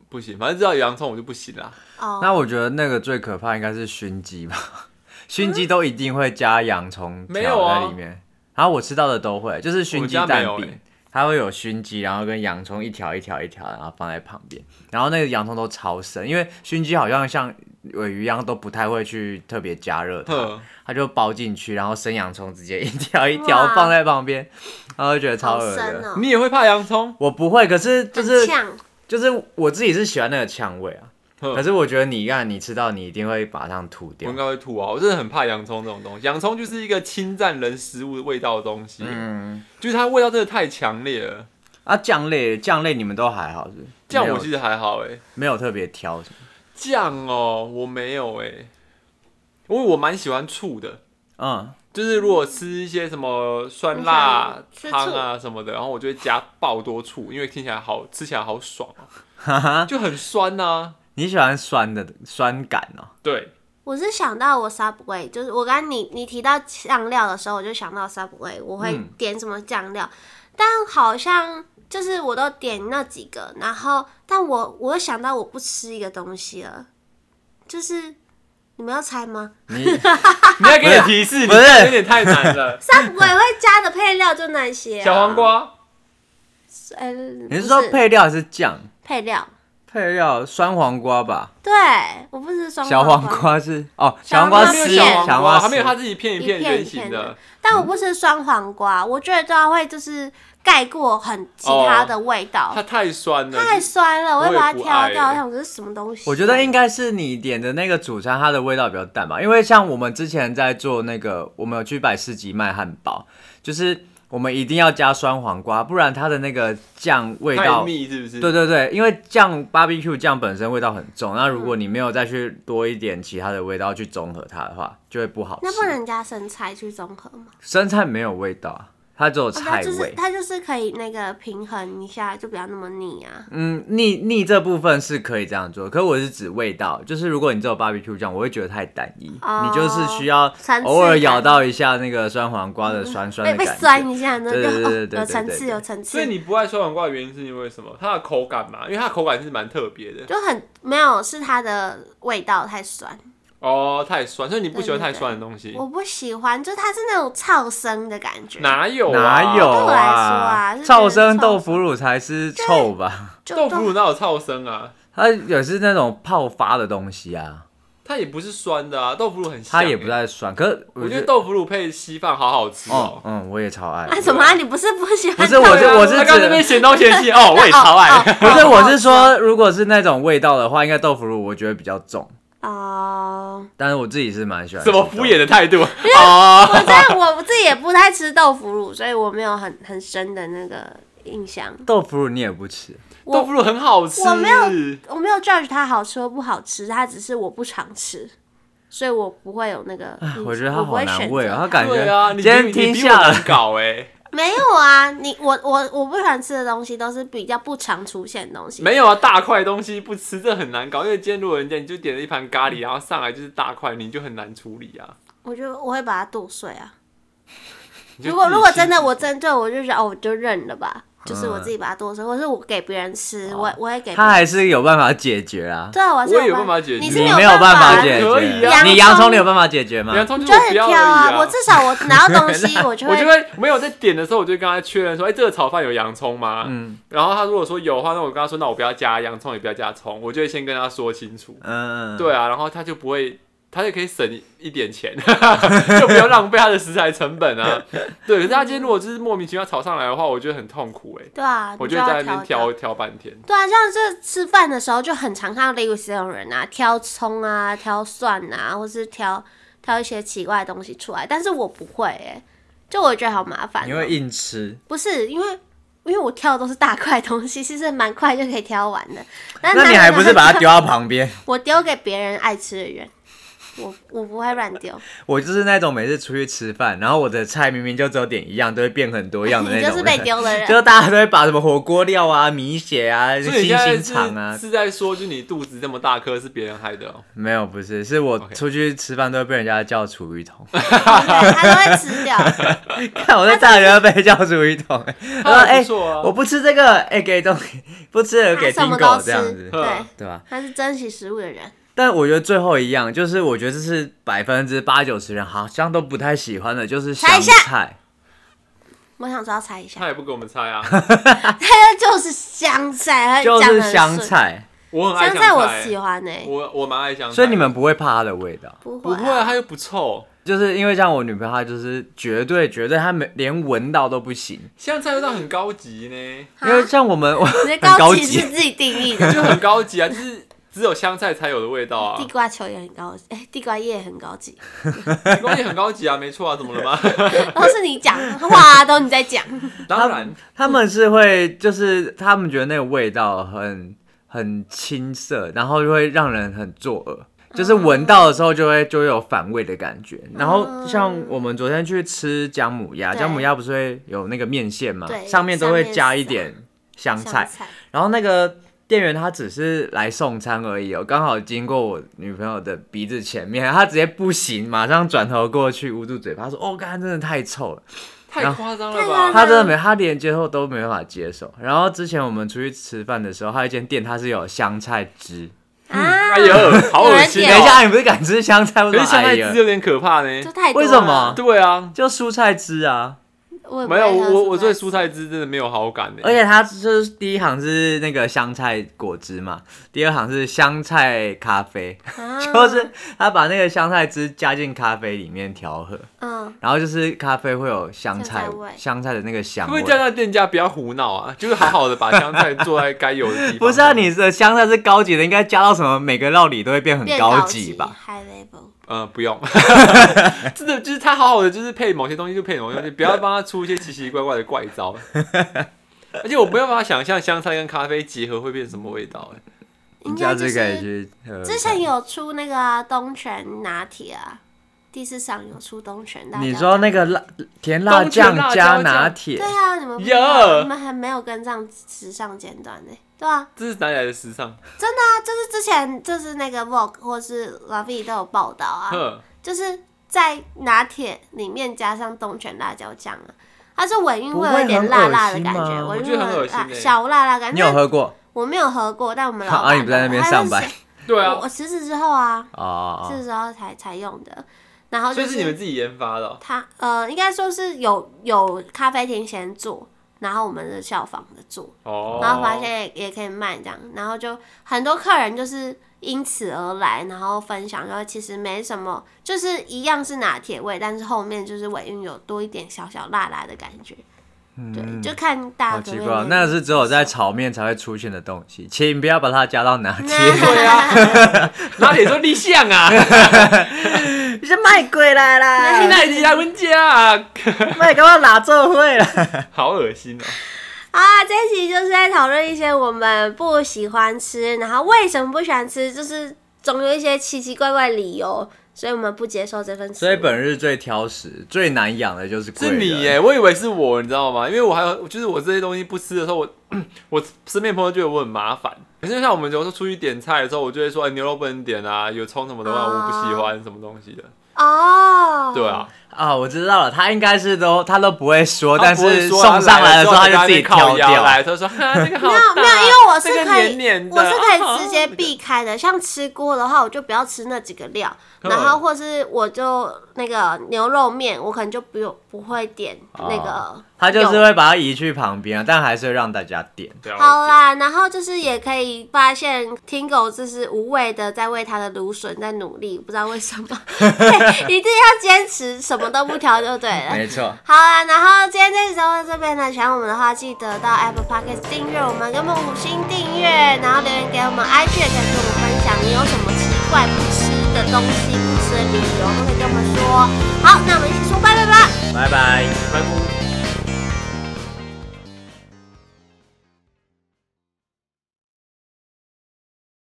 不行，反正只要有洋葱我就不行啦。
哦。
那我觉得那个最可怕应该是熏鸡吧， 熏鸡都一定会加洋葱
没有
条
啊
在里面。然后我吃到的都会，就是熏鸡
我家没
蛋
有
饼
欸，
它会有熏鸡，然后跟洋葱一条一条一条，然后放在旁边。然后那个洋葱都超生，因为熏鸡好像像尾鱼一样都不太会去特别加热它，
哼，
它就包进去，然后生洋葱直接一条一条
哇
放在旁边，然后就觉得超
好
恶
深
的。
哦、
你也会怕洋葱？
我不会，可是就是
很呛
就是我自己是喜欢那个呛味啊，
哼
可是我觉得你看你吃到你一定会马上吐
我
掉
应。该会吐啊！我真的很怕洋葱这种东西，洋葱就是一个侵占人食物的味道的东西，
嗯，
就是它味道真的太强烈了。
啊，酱类酱类你们都还好是不是？
酱我
没
其
有
实还好哎、
没有特别挑什么。
酱哦我没有哎、因为我蛮喜欢醋的，
嗯，
就是如果吃一些什么酸辣
你喜欢吃
汤啊什么的，然后我就会加爆多醋，因为听起来好吃起来好爽哦、
哈哈，
就很酸呐、啊。
你喜欢酸的酸感哦？
对，
我是想到我 Subway，就是我刚刚你你提到酱料的时候，我就想到 Subway，我会
嗯
点什么酱料，但好像就是我都点那几个，然后但我我又想到我不吃一个东西了，就是你们要猜吗。
你
你要给点提示，你
不是
这有点太难了
？Subway 会加的配料就那些、啊
小黄，瓜，
呃，
你是
不
说配料还是酱？
配料？
配料酸黄瓜吧，
对，我不吃双
小黄
黄，
瓜是哦，
小
黄
黄瓜
瓜
它
它没有
丝，
片
小黄
小
瓜，它
丝
没有它自己一片一片
一片
圆形
一片的
的。
但我不吃双黄瓜，我觉得它会就是盖过很其他的味道。
它太酸了，
太酸了，我
我
会
也
把它
不
挑
爱
掉。我
欸
想这是什么东西？啊
我觉得应该是你点的那个主餐，它的味道比较淡吧。因为像我们之前在做那个，我们有去百市集卖汉堡，就是我们一定要加酸黄瓜，不然它的那个酱味
太
道。
腻是不是？
对对对，因为酱 barbecue 酱本身味道很重，那如果你没有再去多一点其他的味道去综合它的话，就会不好吃。
那不能加生菜去综合吗？
生菜没有味道啊，它只有
哦它
菜
就是
味。
它就是可以那个平衡一下，就不要那么腻啊。
嗯，腻腻这部分是可以这样做，可是我是指味道，就是如果你只有 barbecue 酱，我会觉得太单一，
哦
你就是需要
层次
偶尔
感
咬到一下那个酸黄瓜的酸酸
被嗯
的
被
感觉。
酸一下，那
对
就
对对对
哦
对
有
对
层
对
次，
对
有层
所以
次，
你不爱酸黄瓜的原因是因为什么？它的口感嘛，因为它的口感是蛮特别的
就很没有是它的味道太酸，
哦，太酸，所以你不喜
对
欢
对
太
对
酸的东西。
我不喜欢，就它是那种超生的感觉，
哪有啊
哪有
对我来说啊
啊？
是
噪
觉得
声
臭
豆腐乳才是臭吧？
就
豆腐乳哪有噪声啊？
它也是那种泡发的东西啊，
它也不是酸的啊，豆腐乳很香、
它也不。太酸。可是
我觉得豆腐乳配稀饭好好吃
哦
哦，。
嗯，我也超爱。
啊什么啊？你不是不喜欢？
不是哦我是
对啊
我是
他刚
指
才那边嫌东嫌 西哦，我也
哦
超爱。
哦
不是，我是说，如果是那种味道的话，应该豆腐乳我觉得比较重，
哦，
但是我自己是蛮喜欢。
什么敷衍？的 态度？
哦
我这我自己也不太吃豆腐乳，所以我没有很很深的那个印象。
豆腐乳你也不吃，
我
豆腐乳很好吃，
我没有我没有 judge 它好吃或不好吃，它只是我不常吃，所以我不会有那个印象。
我觉得
嗯
它
不
好
会
难
选
喂
择
哦，
它
它感
对
觉
啊，你
今天
比
听
你比我
下
难
来，
搞哎。
没有啊，你我我我不喜欢吃的东西都是比较不常出现的东西。
没有啊，大块东西不吃这很难搞，因为今天如果人家你就点了一盘咖喱，然后上来就是大块，你就很难处理啊。
我就我会把它剁碎啊。
你就
如果
自己
如果
去
真的我真对我就觉得哦，我就认了吧，就是我自己把它剁碎，或是我给别人吃，我我也给别人吃。
嗯哦它还是有办法解决啊。
对啊，我是
我也有
办
办法解决
你是
你
没
没有办
法
法
解
解
决可以
决
啊，
你洋葱你有办法解决吗
洋？葱
你
就
就是
我不
是
要而
挑
已啊。
我至少 我拿到东西，我就
我
会
就会没有在点的时候，我就跟他确认说，哎、这个炒饭有洋葱吗？
嗯
然后他如果说有的话，那我跟他说，那我不要加洋葱，也不要加葱，我就会先跟他说清楚。
嗯，嗯，
对啊，然后他就不会，他就可以省一点钱， 就不要浪费他的食材成本 啊。对，可是他今天如果就是莫名其妙炒上来的话，我觉得很痛苦哎、
对啊，
我
你
就
就
会
要
在那边
挑
挑挑半天。
对啊，像这吃饭的时候就很常看到 Lewis 这种人啊，挑葱啊，挑蒜啊，或是挑挑一些奇怪的东西出来。但是我不会哎、就我觉得好麻烦哦、
你会硬吃。
不是因为因为我挑的都是大块东西，其实蛮快就可以挑完的。但
那你
拿
还不是把它丢到旁边？
我丢给别人爱吃的人，我我不会乱丢，
我就是那种每次出去吃饭，然后我的菜明明就只有点一样，都会变很多样的那
你
种人。
就是被丢的 人。
就大家都会把什么火锅料啊、米血啊、
所以
星
你现在
星
是、
肠啊，
是在说，就你肚子这么大颗是别人害 的、哦？
没有，不是，是我
OK
出去吃饭都会被人家叫厨余 桶。啊
对他都会吃 掉。
看我在大学被叫厨余桶，欸他说：“
还
哎
不、错啊
我不吃这个，哎、给东西，不吃的给
他什
丁
么都
狗
吃，
这样子，
对，
对吧？”
他是珍惜食物的人。
但我觉得最后一样，就是我觉得这是百分之八九十人好像都不太喜欢的，就是
猜
香
一下
菜。
我想知道猜一下，
他也不给我们猜啊。
它就是香菜，它
就
哎讲得
是
很
香
顺。
菜，
我很爱
香
香
菜我
欸
喜欢呢、
我我蛮爱香菜，
所以你们不会怕它的味道，
不
不
会、
会啊，
啊，
它又不臭，
就是因为像我女朋友，她就是绝对绝对，她没连闻到都不行，
香菜味道很高级呢，
啊
因为像我们我
你的
很
高
高
级是
级，
自己定义 的。
就很高级啊，就是只有香菜才有的味道
地
啊，
瓜球也很高级，哎、地瓜叶也很高级，
地瓜也很高级啊，没错啊，怎 么了吗？
都是你讲话都你在讲，
当然，
他们是会就是他们觉得那个味道很很青涩，然后就会让人很作呕。
嗯
就是闻到的时候就会就会有反胃的感觉，然后像我们昨天去吃姜母鸭，
嗯对
姜母鸭不是会有那个面线嘛
对，
上面都
上
会
面
加一
撒
点香
香
菜，
菜
然后那个店员他只是来送餐而已哦，刚好经过我女朋友的鼻子前面，他直接不行，马上转头过去捂住嘴巴说：“哦，刚刚真的太臭了。
太夸张了
太夸
吧？
张
他真的没，他连接受都没办法接受。然后之前我们出去吃饭的时候，他有一间店它是有香菜汁。
啊
哎，呦，好恶心！哦
有人点
等一，下，你不是敢吃香菜？为
可
什
是
么
香
哎
菜
呀
汁有点可怕
这
呢。
太多
为
了
什么
对啊，
就蔬菜汁啊，
我也不
没有
太喝
我我对蔬
汁
菜汁真的没有好感呢，
而且它就是第一行是那个香菜果汁嘛，第二行是香菜咖啡，
啊
就是他把那个香菜汁加进咖啡里面调和。
嗯，
然后就是咖啡会有香菜
香菜味
香菜的那个
会
香
不
味
会。叫那店家不要胡闹啊？就是好好的把香菜做在该有的地方。
不是啊，你的香菜是高级的，应该加到什么每个料理都会变很
变
高
级
级吧？
，high level。
呃，不用，真的就是他好好的，就是配某些东西就配某些东西，不要帮他出一些奇奇怪怪的怪招。而且我没有办法想象香菜跟咖啡结合会变什么味道、哎，
应
你下
该就
次可以
是
去喝喝看。
之前有出那个啊、东泉拿铁啊，第四赏有出东泉，大家
你说那个辣甜辣
冬卷
酱
辣
加
椒
拿
酱
铁
对，啊，你们不知
呀
道你们还没有跟上时尚尖端呢、对啊，
这是哪里来的时尚？
那就是之前就是那个 Vogue 或是 La Vie 都有报道啊，
哼，
就是在拿铁里面加上东泉辣椒酱啊，它是尾韵
不
会有
会
一点
很
辣
恶
辣的
心
感
吗
觉，
我
尾
觉
韵
得很
会有
恶心
辣
欸
小辣辣感
你
觉。
有
但
喝过？
我没有喝过，但我们老
啊，
板
你不在那边
他
上
是
班
对啊
我，我辞职之后啊，
哦，
辞职之后才才用的，然后
所
就
以是你们自己研发的哦、
他呃，应该说是有有咖啡厅先做，然后我们的效仿的做，
哦，
然后发现也也可以卖这样，然后就很多客人就是因此而来，然后分享说其实没什么，就是一样是拿铁味，但是后面就是尾韵有多一点小小辣辣的感觉，对，就看大
嗯好
家可
奇
不可以
怪哦，那是只有在炒面才会出现的东西，请不要把它加到 拿铁。
对啊， 哪里说立项啊？
你是卖鬼来 啦，
现在已经来温家啊，
卖给我哪做会了？
好恶心哦、
好啊，这一集就是在讨论一些我们不喜欢吃，然后为什么不喜欢吃，就是总有一些奇奇怪怪理由，所以我们不接受这份食物。
所以本日最挑食、最难养的就是贵
是
人
你耶，我以为是我，你知道吗？因为我还有，就是我这些东西不吃的时候，我 我身边朋友觉得我很麻烦。可是像我们有时候出去点菜的时候，我就会说，哎、牛肉不能点啊，有葱什么的话，我
啊
不喜欢什么东西的。
哦，
对啊，
啊！我知道了，他应该是都他都不会说，
他
哦但
不会
是
说
送上来的时候他
他
就自己挑
靠腰
掉。
来，他说哈那个好
没有
大，
哦没有，因为我是
那个
可以，
黏黏的
我是可
啊
以直接避开的。像吃锅的话，我就不要吃那几个料，
嗯
然后或是我就那个牛肉面，我可能就不用不会点那个
哦。他就是
有
会把它移去旁边啊，但还是会让大家点。
对啊
好啦，然后就是也可以发现听狗就是无谓的在为他的芦笋在努力，不知道为什么，一定要坚持，什么都不调就对了。
没错，
好啦，然后今天这集就到这边了。喜欢我们的话，记得到 Apple Podcast 订阅我们，给我们五星订阅，然后留言给我们 IG，也可以跟我们分享你有什么奇怪不吃的东西、不吃的理由，都可以跟我们说。好，那我们一起说拜拜吧。
拜拜。
拜拜